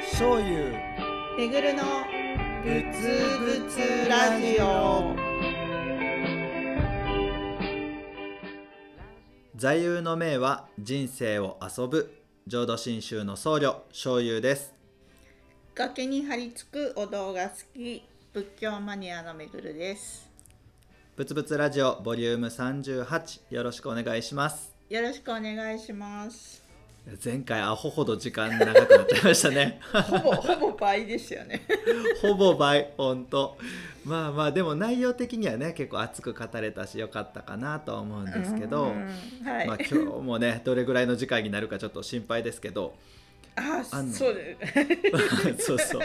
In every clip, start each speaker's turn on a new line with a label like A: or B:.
A: 醤油
B: めぐるの
A: ぶ
B: ぶ
A: つ
B: つ
A: ぶ
B: ぶ
A: つ
B: つ
A: ラ
B: ラ
A: ジ
B: ジ
A: オ
B: オ
A: 座右の銘は人生を遊ぶ浄土真宗の僧侶醤油です
B: 崖に張り付くお堂が好き仏教マニアのめぐるです
A: ぶつぶつラジオボリューム38よろしくお願いします
B: よろしくお願いします
A: 前回アホほど時間長くなっちゃいましたね
B: ほぼほぼ倍ですよね
A: ほぼ倍ほんとまあまあでも内容的にはね結構熱く語れたしよかったかなとは思うん ですけど、
B: うんはい、
A: まあ、今日もねどれぐらいの時間になるかちょっと心配ですけど
B: あ
A: あの
B: そうです ね
A: そうそう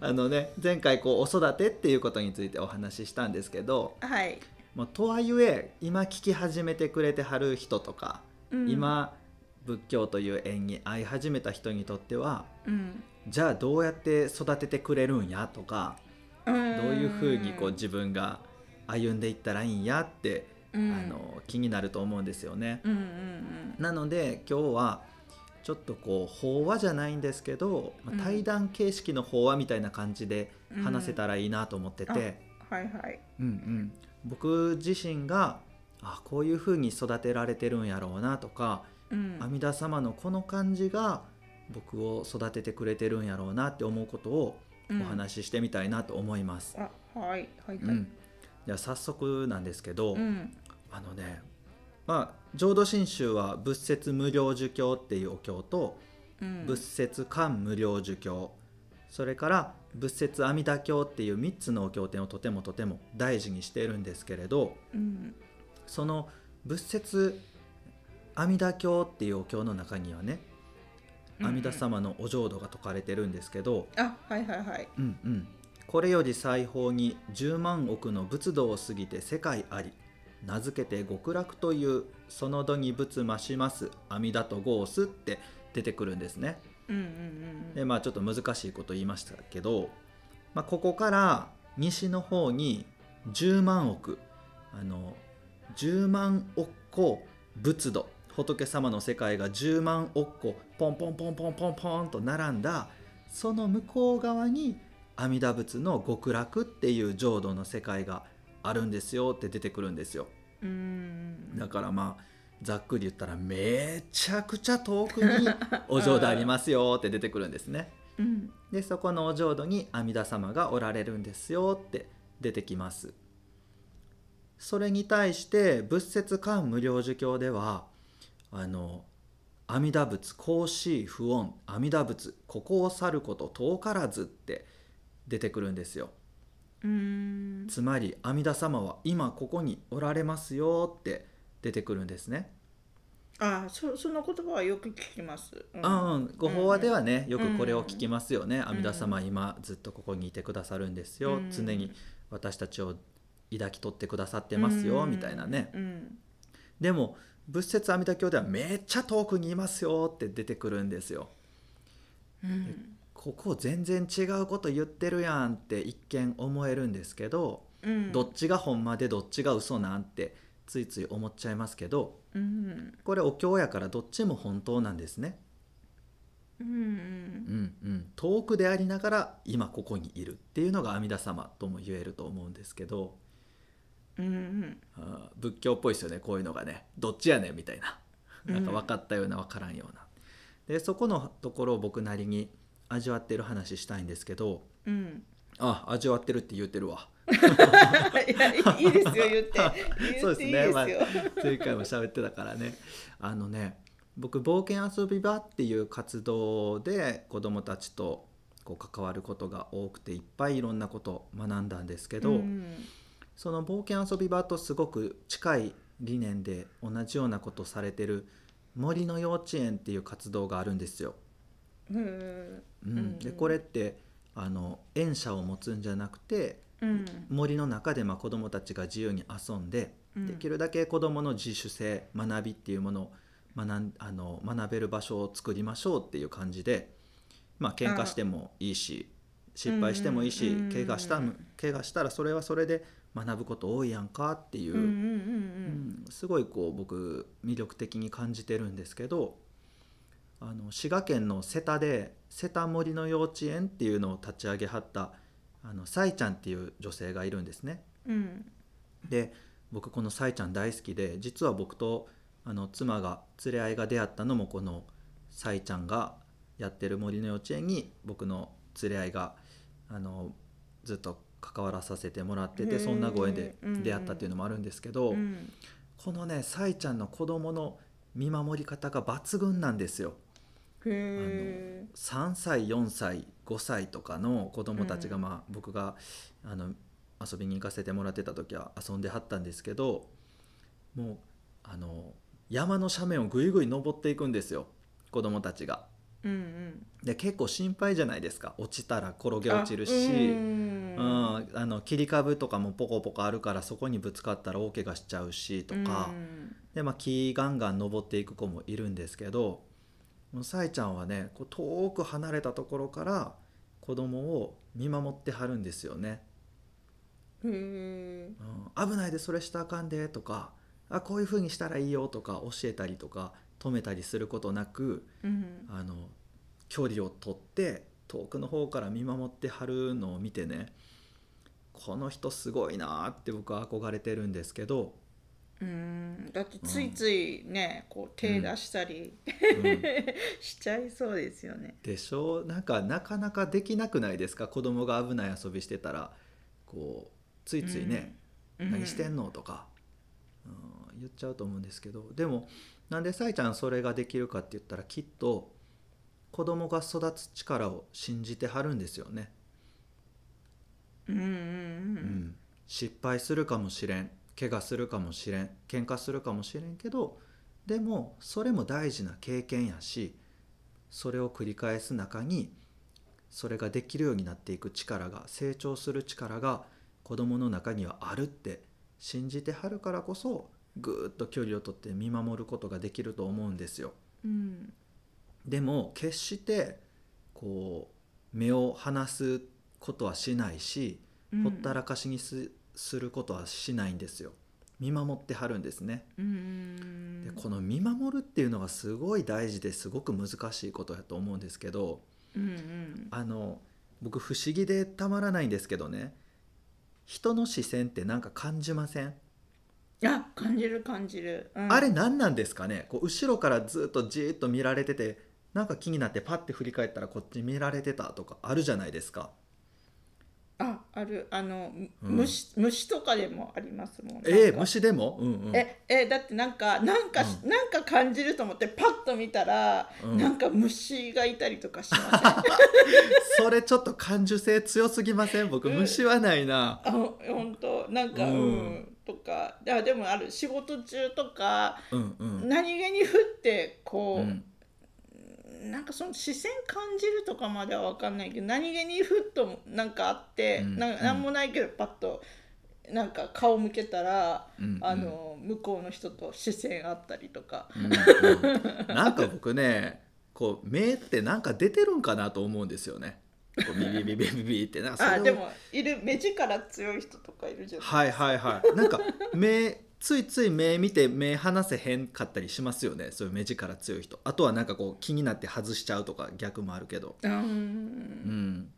A: あのね前回こう子育てっていうことについてお話ししたんですけど、
B: はい、
A: まあ、とはいえ今聞き始めてくれてはる人とか、
B: うん、
A: 今仏教という縁に会い始めた人にとっては
B: うん、
A: じゃあどうやって育ててくれるんやとか
B: どう
A: どういうふうにこう自分が歩んでいったらいいんやって、
B: うん、
A: あの気になると思うんですよね。
B: うんうん
A: なので今日はちょっとこう法話じゃないんですけど、まあ
B: うん
A: 対談形式の法話みたいな感じで
B: うん
A: 話せたらいいなと思ってて、
B: うんはいはい
A: うんうん僕自身があこういう風に育てられてるんやろうなとか、
B: うん
A: 阿弥陀様のこの感じが僕を育ててくれてるんやろうなって思うことを
B: うん
A: お話ししてみたいなと思います。
B: あはいはいはい
A: うんじゃあ早速なんですけど、
B: うん
A: あのねまあ浄土真宗は仏説無料儒教っていうお経と
B: うん
A: 仏説漢無料儒教それから仏説阿弥陀教っていう3つのお経典をとてもとても大事にしているんですけれど
B: うん
A: その仏説阿弥陀教っていうお経の中にはね
B: うん
A: 阿弥陀様のお浄土が説かれてるんですけど、
B: あはいはいはい
A: うんうん、これより最宝に10万億の仏道を過ぎて世界あり名付けて極楽というその度に仏増します阿弥陀とゴースって出てくるんですね。
B: うんうんうん
A: でまあちょっと難しいこと言いましたけど、まあ、ここから西の方に10万億あの10万億個仏土仏様の世界が10万億個ポンポンポンポンポンポンと並んだその向こう側に阿弥陀仏の極楽っていう浄土の世界があるんですよって出てくるんですよ。
B: うんうん
A: だからまあざっくり言ったらめちゃくちゃ遠くにお浄土ありますよって出てくるんですね。
B: うん
A: でそこのお浄土に阿弥陀様がおられるんですよって出てきますそれに対して仏説漢無量寿経ではあの阿弥陀仏孔子不穏阿弥陀仏ここを去ること遠からずって出てくるんですよ
B: うん
A: つまり阿弥陀様は今ここにおられますよって出てくるんですね、
B: あそその言葉はよく聞きます。うん
A: うんうん、ご法話ではね、よくこれを聞きますよね、阿弥陀様今ずっとここにいてくださるんですよ、
B: うん
A: 常に私たちを抱き取ってくださってますよ、
B: うん
A: みたいなね
B: うん
A: でも仏説阿弥陀経ではめっちゃ遠くにいますよって出てくるんですよ
B: うん
A: ここ全然違うこと言ってるやんって一見思えるんですけど、
B: うん
A: どっちがほんまでどっちが嘘なんてついつい思っちゃいますけど
B: うん
A: これお経やからどっちも本当なんですね
B: う
A: うんんうん、遠くでありながら今ここにいるっていうのが阿弥陀様とも言えると思うんですけど
B: うんうん
A: あー仏教っぽいですよねこういうのがねどっちやねんみたいな
B: うん
A: なんか分かったような分からんような、でそこのところを僕なりに味わってる話したいんですけど
B: うん
A: あ味わってるって言ってるわ
B: いやいいいですよ言って
A: そうで
B: 言っ
A: す
B: て
A: ね
B: いいですよ。
A: 前回も喋ってたからねあのね僕冒険遊び場っていう活動で子どもたちとこう関わることが多くていっぱいいろんなことを学んだんですけど、
B: うん
A: その冒険遊び場とすごく近い理念で同じようなことをされてる森の幼稚園っていう活動があるんですよ。
B: うん
A: うん
B: うんうん
A: でこれってあの園舎を持つんじゃなくて
B: うん
A: 森の中でまあ子どもたちが自由に遊んで、
B: うん
A: できるだけ子どもの自主性学びっていうものを学んあの学べる場所を作りましょうっていう感じでまあ喧嘩してもいいし失敗してもいいし、
B: うんうんうん
A: 怪我したむ怪我したらそれはそれで学ぶこと多いやんかっていう
B: うんうん
A: うんすごいこう僕魅力的に感じてるんですけどあの滋賀県の瀬田で瀬田森の幼稚園っていうのを立ち上げはったあのさいちゃんっていう女性がいるんですね。
B: うん
A: で僕このさいちゃん大好きで実は僕とあの妻が連れ合いが出会ったのもこのさいちゃんがやってる森の幼稚園に僕の連れ合いがあのずっと関わらさせてもらって
B: へ
A: て
B: ー
A: そんなご縁で出会ったっていうのもあるんですけど、
B: うん
A: このねさいちゃんの子供の見守り方が抜群なんですよ。
B: へえ
A: 3歳4歳5歳とかの子供たちが、
B: うん
A: まあ、僕があの遊びに行かせてもらってた時は遊んではったんですけどもうあの山の斜面をぐいぐい登っていくんですよ子供たちが。
B: うんうん
A: で結構心配じゃないですか落ちたら転げ落ちるし。
B: あう
A: うん
B: ん
A: あの切り株とかもポコポコあるからそこにぶつかったら大怪我しちゃうしとか、
B: うん
A: でまあ木ガンガン登っていく子もいるんですけどもうさえちゃんはねこう遠く離れたところから子供を見守ってはるんですよね。
B: へえ
A: うん、危ないでそれしたらあかんでとかあこういう風にしたらいいよとか教えたりとか止めたりすることなく
B: うん
A: あの距離を取って遠くの方から見守ってはるのを見てねこの人すごいなーって僕は憧れてるんですけど、
B: うんだってついついねこう手出したり
A: うん、
B: しちゃいそうですよね
A: でしょなんかなかなかできなくないですか子供が危ない遊びしてたらこうついついね「
B: うん
A: 何してんの?」とか、うん、言っちゃうと思うんですけどでもなんでさえちゃんそれができるかって言ったらきっと子供が育つ力を信じてはるんですよね。
B: うんうんう
A: うんん失敗するかもしれん怪我するかもしれん喧嘩するかもしれんけどでもそれも大事な経験やしそれを繰り返す中にそれができるようになっていく力が成長する力が子どもの中にはあるって信じてはるからこそぐーっと距離をとって見守ることができると思うんですよ。
B: うん
A: でも決してこう目を離すことはしないし
B: うん
A: ほったらかしにすすることはしないんですよ見守ってはるんですね、
B: うんうん
A: でこの見守るっていうのがすごい大事ですごく難しいことやと思うんですけど
B: うんうん
A: あの僕不思議でたまらないんですけどね人の視線ってなんか感じません、
B: あ感じる感じる、うん
A: あれ何なんですかねこう後ろからずっとじーっと見られててなんか気になってパッて振り返ったらこっち見られてたとかあるじゃないですか
B: ああるあの、む
A: うん
B: 虫虫とかでもありますもん
A: ええ
B: なんか
A: 虫でもうんうん
B: ええだってなんかなんか、
A: う
B: なんか感じると思ってパッと見たら、
A: うん
B: なんか虫がいたりとかしません
A: それちょっと感受性強すぎません僕
B: うん
A: 虫はない な、
B: あほんとなんか
A: う
B: うんん、とかあでもある仕事中とか、
A: うんうん
B: 何気に降って
A: う
B: こう、
A: ん
B: なんかその視線感じるとかまでは分かんないけど何気にふっとなんかあって、
A: うん
B: なんかなんもないけどパッとなんか顔向けたら、
A: うん
B: あの向こうの人と視線あったりとか。
A: うん うんなんか僕ねこう目ってなんか出てるんかなと思うんですよねこうビビビビビビってなんか
B: あ
A: を
B: でもいる目力強い人とかいるじゃない
A: はいはいはいなんか目ついつい目見て目離せへんかったりしますよねそういう目力強い人あとはなんかこう気になって外しちゃうとか逆もあるけど
B: うー
A: うんん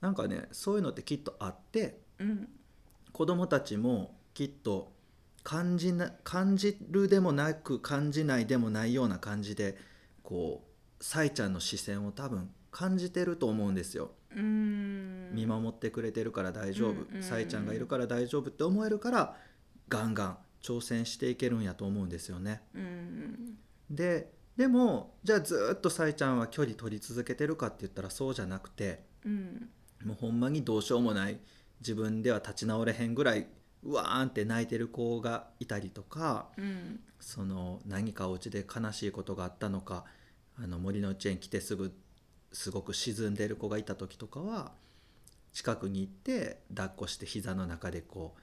A: なんかねそういうのってきっとあって
B: うん
A: 子供たちもきっと感じな感じるでもなく感じないでもないような感じでこうサイちゃんの視線を多分感じてると思うんですよ、
B: うーん
A: 見守ってくれてるから大丈
B: うんうんう
A: 夫
B: ん
A: サイちゃんがいるから大丈夫って思えるからガンガン挑戦していけるんやと思うんですよね
B: うん
A: ででもじゃあずーっとサイちゃんは距離取り続けてるかって言ったらそうじゃなくて
B: うん
A: もうほんまにどうしようもない自分では立ち直れへんぐらいうわーんって泣いてる子がいたりとか
B: うん
A: その何かお家で悲しいことがあったのかあの森の家園来てすぐすごく沈んでる子がいた時とかは近くに行って抱っこして膝の中でこう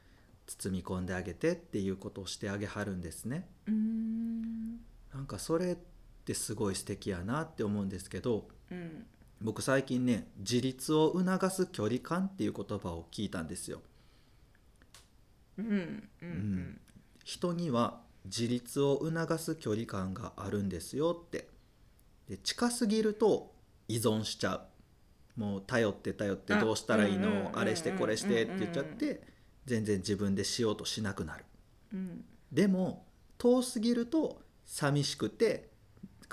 A: 包み込んであげてっていうことをしてあげはるんですね。
B: うん
A: なんかそれってすごい素敵やなって思うんですけど
B: うん
A: 僕最近ね自立を促す距離感っていう言葉を聞いたんですよ
B: うんうん
A: ん人には自立を促す距離感があるんですよってで近すぎると依存しちゃうもう頼って頼って
B: あ
A: どうしたらいいの、
B: うんうんうんうん
A: あれしてこれしてって言っちゃって全然自分でしようとしなくなる
B: うん
A: でも遠すぎると寂しくて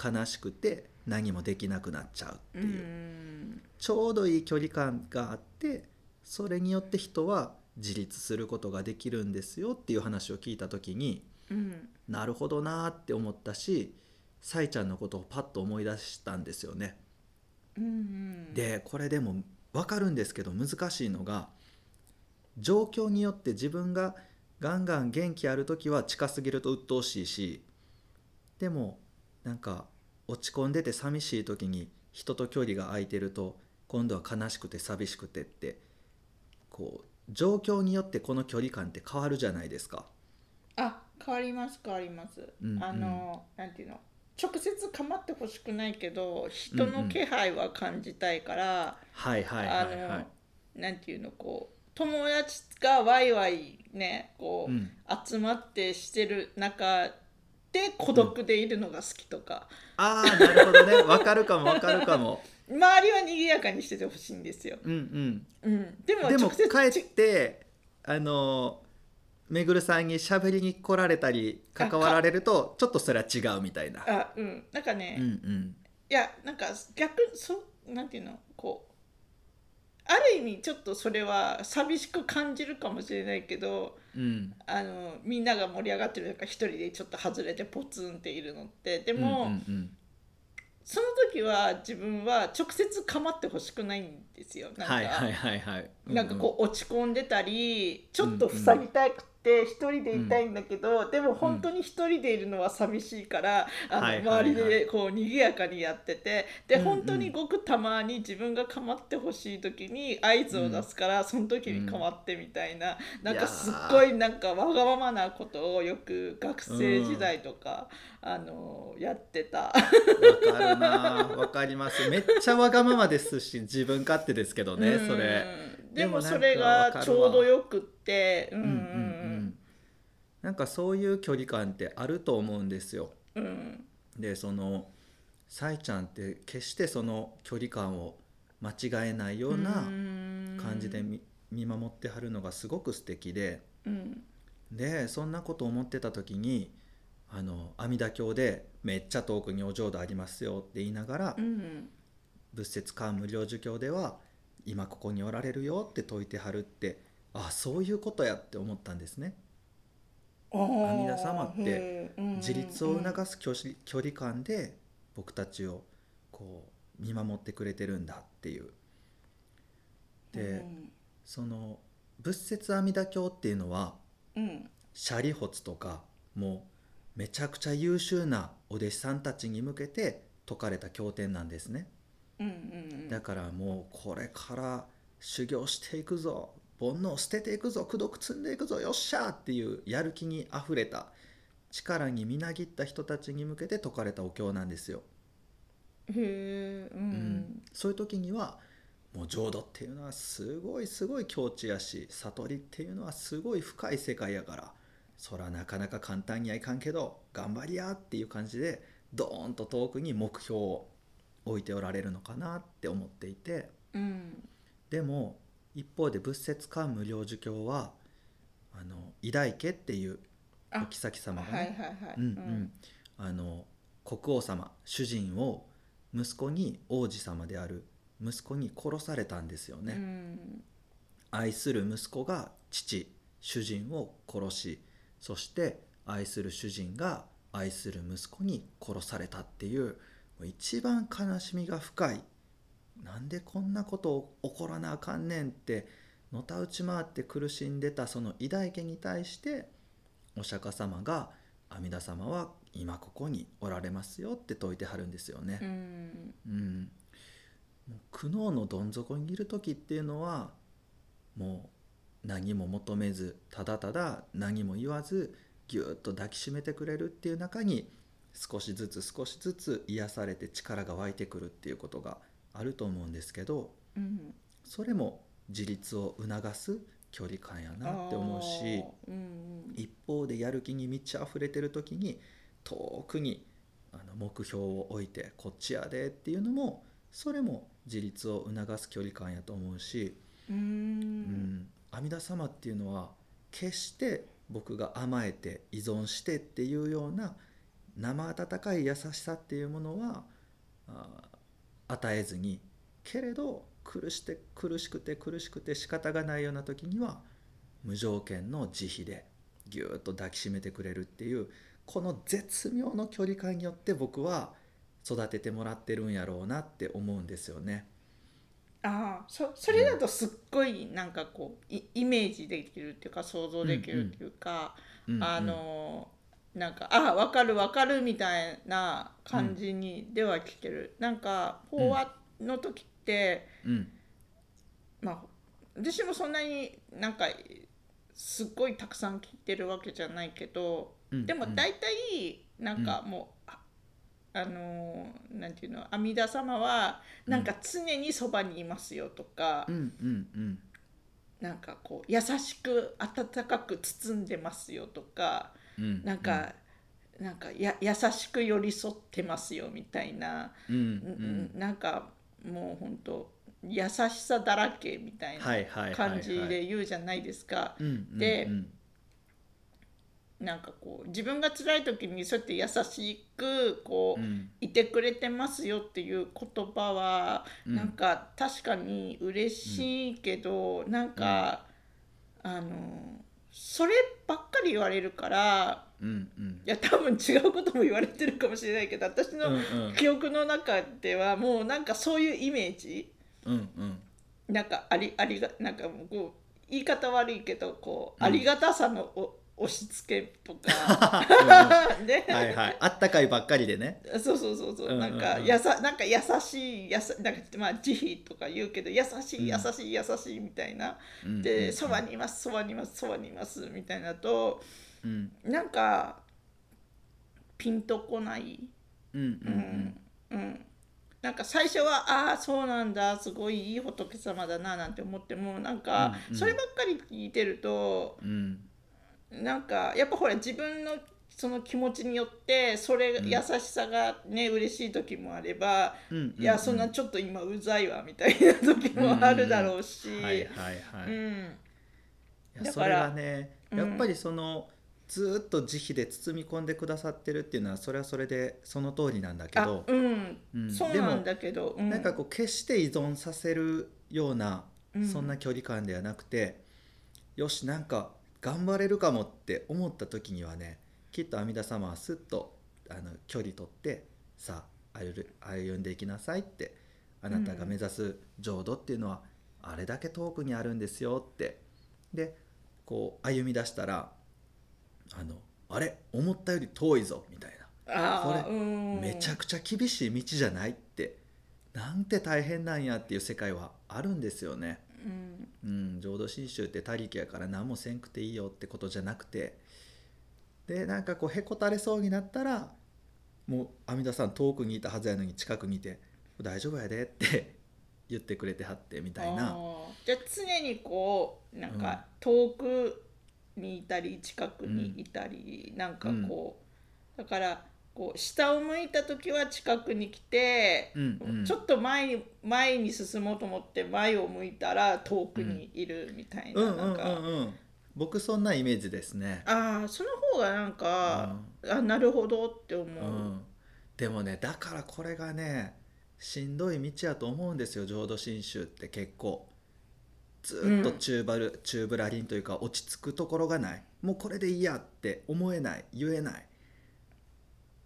A: 悲しくて何もできなくなっちゃうっていう、
B: うん
A: ちょうどいい距離感があってそれによって人は自立することができるんですよっていう話を聞いた時に
B: うん
A: なるほどなーって思ったしさいちゃんのことをパッと思い出したんですよね。
B: うん
A: でこれでも分かるんですけど難しいのが状況によって自分がガンガン元気ある時は近すぎると鬱陶しいしでもなんか落ち込んでて寂しい時に人と距離が空いてると今度は悲しくて寂しくてってこう状況によってこの距離感って変わるじゃないですか。
B: あ変わります変わります、
A: うんうん
B: あのなんていうの直接構ってほしくないけど人の気配は感じたいから、
A: はいはいはいはい。
B: なんていうのこう友達がワイワイねこう、
A: うん
B: 集まってしてる中で孤独でいるのが好きとか、
A: ああなるほどね分かるかも分かるかも。
B: 周りは賑やかにしててほしいんですよ、
A: うんうん、
B: うん、でも
A: でも
B: 直接
A: 帰ってあのめぐるさんに喋りに来られたり関わられるとちょっとそれは違うみたいな。
B: あうんなんかね、
A: うんう
B: い
A: ん、
B: やなんか逆そなんていうのこうある意味ちょっとそれは寂しく感じるかもしれないけど
A: うん、
B: あのみんなが盛り上がってる中一人でちょっと外れてポツンっているのって
A: で
B: で
A: う
B: も、
A: んうん
B: その時は自分は直接構ってほしくないんですよ。な
A: う
B: ん
A: ん、
B: か,、
A: はいはいはいはい。
B: なんかこう落ち込んでたりちょっと塞ぎたくて一人でいたいんだけど、でも本当に一人でいるのは寂しいから、
A: は
B: あ
A: い
B: の
A: はいはい
B: 周りでこう賑やかにやってて
A: う
B: で
A: んうん
B: 本当にごくたまに自分が構ってほしい時に合図を出すから、その時に構ってみたいな、なん
A: いや
B: か
A: ー
B: すっごいなんかわがままなことをよく学生時代とか、あのやってた。
A: うん。わかるなわかります。めっちゃわがままですし自分勝手ですけどね
B: うん
A: それ。
B: で
A: でもな
B: も
A: んか
B: それがちょうどよくってうん
A: う
B: うんん
A: うんうん、なんかそういう距離感ってあると思うんですよ。
B: うんうん
A: でそのさいちゃんって決してその距離感を間違えないような感じで見,、見守ってはるのがすごく素敵で
B: うん
A: でそんなこと思ってた時にあの阿弥陀経で「めっちゃ遠くにお浄土ありますよ」って言いながら、
B: うん
A: 仏説観無量寿経では「今ここにおられるよ」って説いてはるってあそういうことやって思ったんですね。阿弥陀様って
B: て
A: 自立を促す距離距離感で僕たちをこう見守ってくれてるんだっていう。でその仏説阿弥陀経っていうのは
B: うん
A: シャリホツとかもうめちゃくちゃ優秀なお弟子さんたちに向けて説かれた経典なんですね
B: うんうん
A: だからもうこれから修行していくぞ煩悩を捨てていくぞ功徳積んでいくぞよっしゃーっていうやる気にあふれた力にみなぎった人たちに向けて説かれたお経なんですよ、
B: へえう
A: うん
B: ん
A: そういう時にはもう浄土っていうのはすごいすごい境地やし悟りっていうのはすごい深い世界やからそらなかなか簡単にはいかんけど頑張りやっていう感じでドーンと遠くに目標を置いておられるのかなって思っていて
B: うん
A: でも一方で仏説観無量寿経はあの偉大家っていうお
B: あ
A: 妃様
B: は
A: が
B: い
A: ね、
B: はいはい
A: うんうん、あの国王様主人を息子に王子様である息子に殺されたんですよ
B: う
A: ね、
B: ん
A: 愛する息子が父主人を殺しそして愛する主人が愛する息子に殺されたっていうもう一番悲しみが深いなんでこんなこと起こらなあかんねんってのたうち回って苦しんでたその偉大家に対してお釈迦様が阿弥陀様は今ここにおられますよって説いてはるんですよね。
B: うん
A: うん、もう苦悩のどん底にいる時っていうのはもう何も求めずただただ何も言わずぎゅーっと抱きしめてくれるっていう中に少しずつ少しずつ癒されて力が湧いてくるっていうことがあると思うんですけど
B: うん
A: それも自立を促す距離感やなって思うし。
B: あーうん
A: 一方でやる気に満ち溢れてる時に遠くにあの目標を置いてこっちやでっていうのもそれも自立を促す距離感やと思うし、
B: うー
A: うんん、阿弥陀様っていうのは決して僕が甘えて依存してっていうような生温かい優しさっていうものはあー与えずにけれど苦して苦しくて苦しくて仕方がないような時には無条件の慈悲でぎゅーっと抱きしめてくれるっていうこの絶妙の距離感によって僕は育ててもらってるんやろうなって思うんですよね。
B: ああそそれだとすっごいなんかこうイイメージできるっていうか想像できるっていうか、
A: うんうん
B: あのなんかあわかるわかるみたいな感じにでは聞ける、なんか法話の時って、
A: うん
B: まあ私もそんなになんかすっごいたくさん聞いてるわけじゃないけど
A: うん
B: でも
A: うん
B: 大体なんかもう、ああのーなんていうの阿弥陀様はなんか常にそばにいますよとか、
A: うんうんうん
B: なんかこう優しく温かく包んでますよとか
A: う
B: なんか、なんかや優しく寄り添ってますよみたいな、
A: うん
B: う
A: うん
B: んなんかもう本当優しさだらけみたいな
A: はいはいはいはい
B: 感じで言うじゃないですか。
A: うんうん
B: で
A: うん
B: なんかこう自分が辛い時にそうやって優しくこう、
A: うん
B: いてくれてますよっていう言葉は、
A: うん
B: なんか確かに嬉しいけど、なんか、あのそればっかり言われるから
A: うんうん
B: いや多分違うことも言われてるかもしれないけど私
A: うん
B: の記憶の中ではもうなんかそういうイメージ
A: うんうん
B: なんかありありがなんかもうこう言い方悪いけどこ
A: う
B: う、
A: ん
B: ありがたさのお押し付けと
A: は
B: か。
A: はは
B: ね
A: うんはいはいあったかいばっかりでね
B: そうそうそうそう、
A: うんうんう
B: なんんかやさなんか優しいやさなんかまあ慈悲とか言うけど優し
A: うん
B: い優しい優しいみたいな、
A: うんうんう
B: で
A: ん
B: そばにいますそばにいますそばにいますみたいなと
A: うん
B: なんかピンとこない、
A: うんうんうん
B: うんなんか最初はああそうなんだすごいいい仏様だななんて思ってもなんか
A: うんうん
B: そればっかり聞いてると
A: うん
B: なんかやっぱほら自分のその気持ちによってそれ
A: うん
B: 優しさがね、嬉しい時もあれば、
A: うんうん
B: いやそんなちょっと今うざいわみたいな時もあるだろうし、うん
A: はいはいはいいや
B: だ
A: そ
B: か
A: れ
B: ら
A: がね
B: うん
A: やっぱりその、ずーっと慈悲で包み込んでくださってるっていうのはそれはそれでその通りなんだけ
B: あ
A: ど、
B: うん、
A: うん
B: そう
A: で
B: なん
A: も
B: だけど、う
A: なんかこう決して依存させるような、
B: うん
A: そんな距離感ではなくてよしなんか頑張れるかもって思った時にはねきっと阿弥陀様はすっとあの距離取ってさあ歩る歩んでいきなさいってあなたが目指す浄土っていうのは、あれだけ遠くにあるんですよってでこう歩み出したらあのあれ思ったより遠いぞみたいな
B: あー
A: こ
B: うん
A: めちゃくちゃ厳しい道じゃないってなんて大変なんやっていう世界はあるんですよね。
B: うん
A: うん、浄土真宗って他力やから何もせんくていいよってことじゃなくてでなんかこうへこたれそうになったらもう阿弥陀さん遠くにいたはずやのに近くにいて「大丈夫やで」って 言ってくれてはってみたい
B: あ
A: な。
B: ーじゃあ常にこうなんか遠くにいたり近くにいたり、なんかこう、だからこう下を向いた時は近くに来て
A: う、んうん、
B: ちょっと前に前に進もうと思って前を向いたら遠くにいるみたいな,、
A: うんう
B: なんん
A: う
B: か、
A: んうん僕そんなイメージですね。
B: ああその方がなんか、あなるほどって思
A: う
B: う。
A: ん、でもねだからこれがねしんどい道やと思うんですよ浄土真宗って結構ずーっと
B: うん
A: 中バル、中ブラリンというか落ち着くところがないもうこれでいいやって思えない言えない、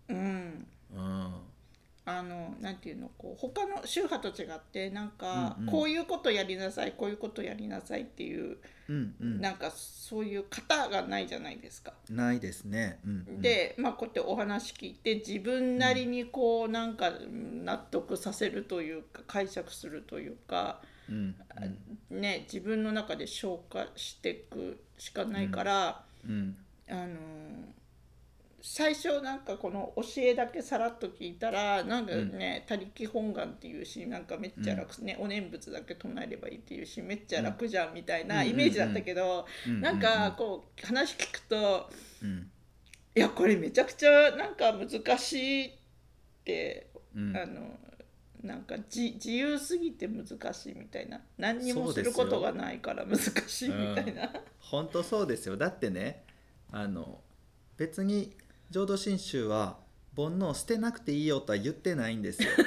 B: うん、
A: うん、うん
B: あのなんていうのこう他の宗派と違ってなんか、
A: うんうん
B: こういうことやりなさいこういうことやりなさいっていう、
A: うん
B: なんかそういう型がないじゃないですか。
A: ないですね、うんうん、
B: で、まあ、こうやってお話聞いて自分なりにこうなんか納得させるというか解釈するというか、
A: うん
B: ね、自分の中で消化していくしかないから、
A: うんうん
B: あのー最初なんかこの教えだけさらっと聞いたらなんかね「他、力、本願」っていうしなんかめっちゃ楽、ねお念仏だけ唱えればいいっていうしめっちゃ楽じゃんみたいなイメージだったけど、
A: うん
B: なんかこう話聞くと
A: うん
B: いやこれめちゃくちゃなんか難しいって、
A: うん
B: あのなんかじ自由すぎて難しいみたいな何にも
A: そう
B: す
A: です
B: る
A: よ
B: ことがないから難しいみたいな、
A: 本当そうですよだってねあの別に浄土真宗は煩悩を捨てなくていいよとは言ってないんですよ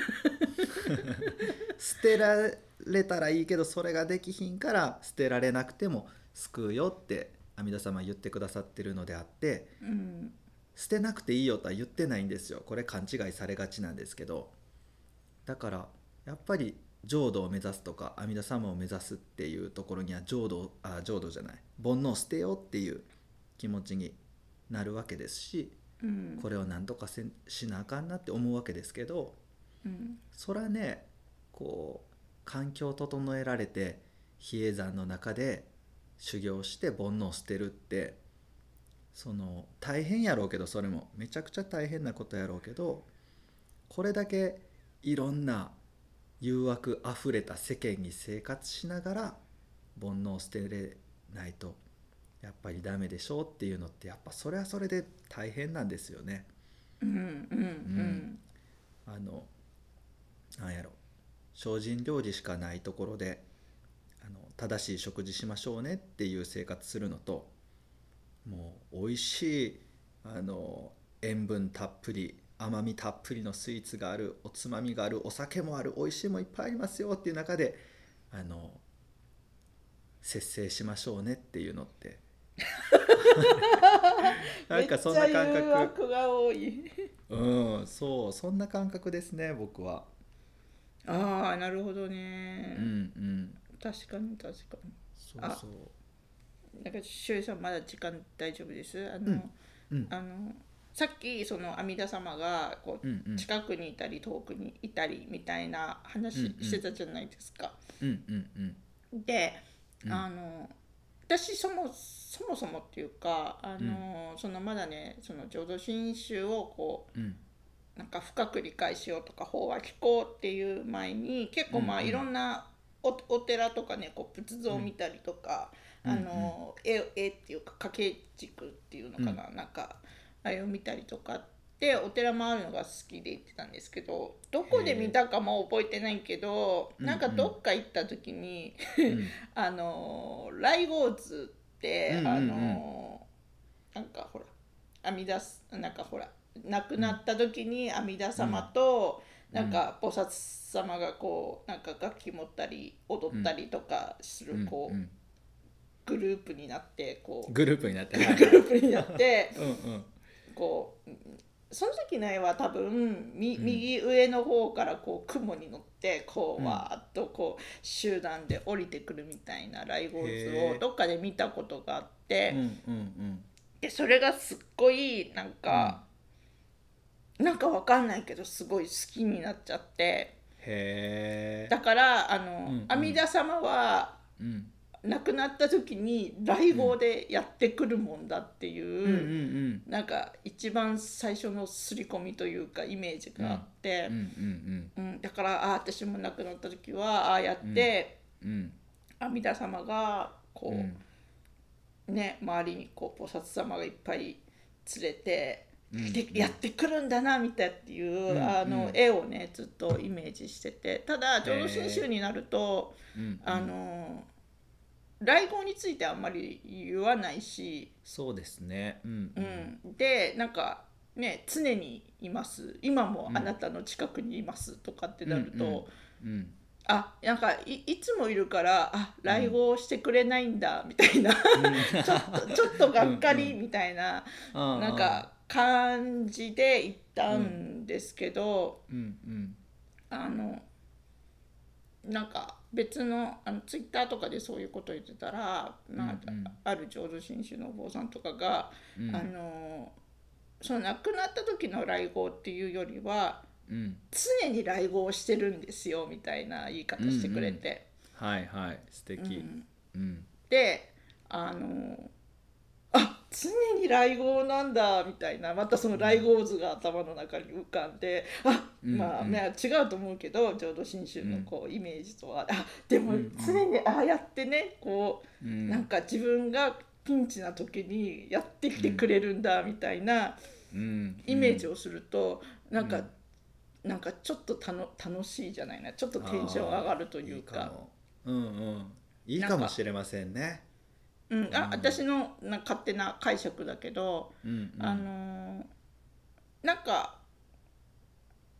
A: 捨てられたらいいけどそれができひんから捨てられなくても救うよって阿弥陀様は言ってくださってるのであって
B: うん
A: 捨てなくていいよとは言ってないんですよこれ勘違いされがちなんですけどだからやっぱり浄土を目指すとか阿弥陀様を目指すっていうところには浄土あ浄土じゃない煩悩を捨てようっていう気持ちになるわけですし
B: うん
A: これを何とかせんしなあかんなって思うわけですけど
B: うん
A: そらねこう環境を整えられて比叡山の中で修行して煩悩を捨てるってその大変やろうけどそれもめちゃくちゃ大変なことやろうけどこれだけいろんな誘惑あふれた世間に生活しながら煩悩を捨てれないとやっぱりダメでしょうっていうのってやっぱそれはそれで大変なんですよね。
B: うんうん
A: あのなんやろ精進料理しかないところであの正しい食事しましょうねっていう生活するのともう美味しいあの塩分たっぷり甘みたっぷりのスイーツがあるおつまみがあるお酒もある美味しいもんいっぱいありますよっていう中であの節制しましょうねっていうのって なんかそんな感
B: めっちゃ誘
A: 覚
B: 惑が多い
A: うん、そう、そんな感覚ですね、僕は。
B: ああなるほどね、
A: うん、うん。
B: 確かに確か
A: そう
B: あ
A: そう。
B: になんかしゅういさんまだ時間大丈夫ですあの、
A: うんうん、
B: あのさっきその阿弥陀様がこ
A: うん、う、
B: うん近くにいたり遠くにいたりみたいな話
A: うんうん
B: してたじゃないですか。
A: うん、うん、うん。
B: で、
A: うん
B: あの私そもそもそもっていうかあの、そのまだねその浄土真宗をこ
A: うん、
B: うなんか深く理解しようとか法は聞こうっていう前に結構まあ
A: うんうん
B: いろんなおお寺とかねこう仏像を見たりとか、
A: うん
B: あの絵絵っていうか掛け軸っていうのかな、なんかあれを見たりとかってお寺回るのが好きで行ってたんですけどどこで見たかも覚えてないけど
A: へー
B: なんか
A: うんうん
B: どっか行った時に、
A: うん、
B: あのー来合図って、
A: うんうんうん
B: あのーなんかほら阿弥陀すなんかほら亡くなった時に阿弥陀様と、
A: うん
B: なんか菩薩様がこうなんか楽器持ったり踊ったりとかする、
A: うん
B: こう、
A: うん
B: グループになってこう
A: グループになって。はい
B: グループになって
A: うん、うん。
B: こうその時の絵は多分み
A: うん
B: 右上の方からこう雲に乗ってこ
A: う
B: うんわーっとこう集団で降りてくるみたいなライブ図
A: へ
B: を
A: ー
B: どっかで見たことがあっ
A: う
B: て、
A: ん、うん、
B: でそれがすっごいなん
A: うん。
B: か、なんかわかんないけどすごい好きになっちゃって
A: へえ
B: だ。からあの、
A: うんうん
B: 阿弥陀様は
A: うん、
B: 亡くなった時に来号でやってくるもんだっていう。
A: うん、うん、うん。
B: なんか一番最初の刷り込みというかイメージがあって、
A: うん、うん、
B: うんだからああ私も亡くなった時はああやって
A: うん。うん。
B: 阿弥陀様がこ
A: う
B: う、
A: ん。
B: ね周りにこう菩薩様がいっぱい連れ
A: う
B: て、
A: ん
B: でやってくるんだなみたいっていう、
A: うん
B: あ
A: う
B: の
A: ん
B: 絵をねずっとイメージしててただ浄土真宗になると、
A: うん。
B: あの来号についてあんまり言わないし。
A: そうですね。うん、
B: う。ん、でなんかね常にいます今もあなたの近くにいますとかってなると、
A: うんうんうん。
B: あなんかいいつもいるからあ来合してくれないんだみた いな、ちょっとちょっとがっかり
A: う
B: みたいな、
A: な
B: なん。か感じで行ったんですけど、
A: うん、うん。
B: あのなんか別のあのツイッターとかでそういうこと言ってたら、まあ
A: うんうん
B: ある浄土真宗のお坊さんとかが
A: うん
B: あのその亡くなった時の来号っていうよりは
A: うん。
B: 常に来号してるんですよみたいな言い方してくれて、
A: はい、はい。素
B: う
A: 敵。
B: ん
A: うん。
B: であのあ常に来号なんだみたいなまたその来号図が頭の中に浮かんであ
A: うん
B: まあ、
A: うん
B: まあ違うと思うけど浄土真宗のこうイメージとは、あでも常にああやってねこ
A: う。
B: うんなんか自分がピンチな時にやってきてくれるんだみたいな。
A: うん。
B: イメージ
A: を。
B: をすると、なん
A: う
B: か
A: ん
B: なんかちょっとたの楽しいじゃないなちょっとテンション上がるというか
A: あーいいかもうんうんいいかもしれませんね
B: うん、
A: う
B: あ
A: ん
B: 私のな勝手な解釈だけど、
A: うんうん
B: あのーなんか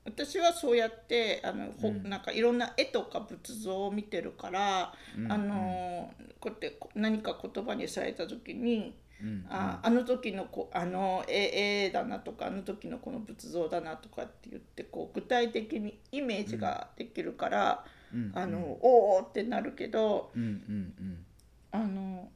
B: 私はそうやってあの、ほ
A: うん
B: なんかいろんな絵とか仏像を見てるから、
A: うんうん
B: あのーこうやってこ何か言葉にされた時に、
A: うん
B: ああの時のこあの絵絵だなとかあの時のこの仏像だなとかって言ってこう具体的にイメージができるから、
A: うんうん
B: あのおーおーってなるけど。
A: うんうん
B: あの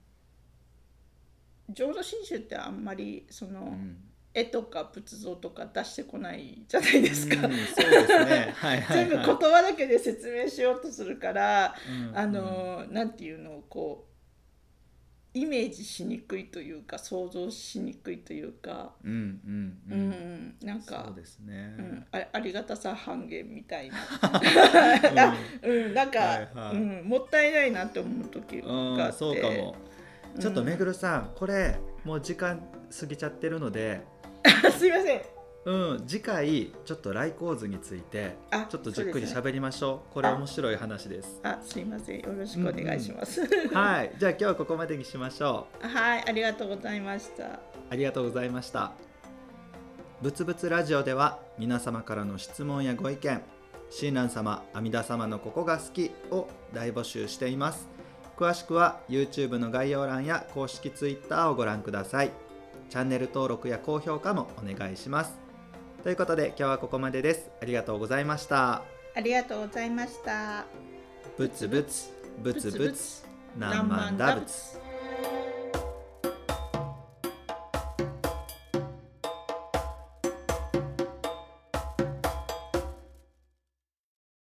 B: 浄土真宗ってあんまりその、
A: うんうん
B: 絵とか仏像とか出してこないじゃないですか、
A: うんそうですねはいはい、はい、
B: 全部言葉だけで説明しようとするから、
A: うんうん
B: あのなんていうのこうイメージしにくいというか想像しにくいというか、
A: うんうん
B: う
A: うんん、
B: なん
A: そ
B: か
A: うですね、
B: うん、あありがたさ半減みたいな、
A: うん
B: あ うん、なんか、
A: はいはい
B: うん、もったいないなって思う時が
A: うん
B: あって
A: そうかも、
B: うん
A: ちょっとめぐるさんこれもう時間過ぎちゃってるので、
B: すいません
A: うん、次回ちょっと来光図について
B: あ
A: ちょっとじっくり
B: そうですね
A: 喋りましょうこれ
B: あ
A: 面白い話です
B: あ、すいません。よろしくお願いします。
A: はいじゃあ今日はここまでにしましょう
B: はい、ありがとうございました。
A: ありがとうございましたぶつぶつラジオでは皆様からの質問やご意見親鸞様阿弥陀様のここが好きを大募集しています詳しくは YouTube の概要欄や公式 Twitter をご覧くださいチャンネル登録や高評価もお願いしますということで今日はここまでですありがとうございました
B: ありがとうございました。
A: ぶつぶつぶつぶつ南蛮
B: 南蛮
A: 打
B: 打
A: 仏
B: 仏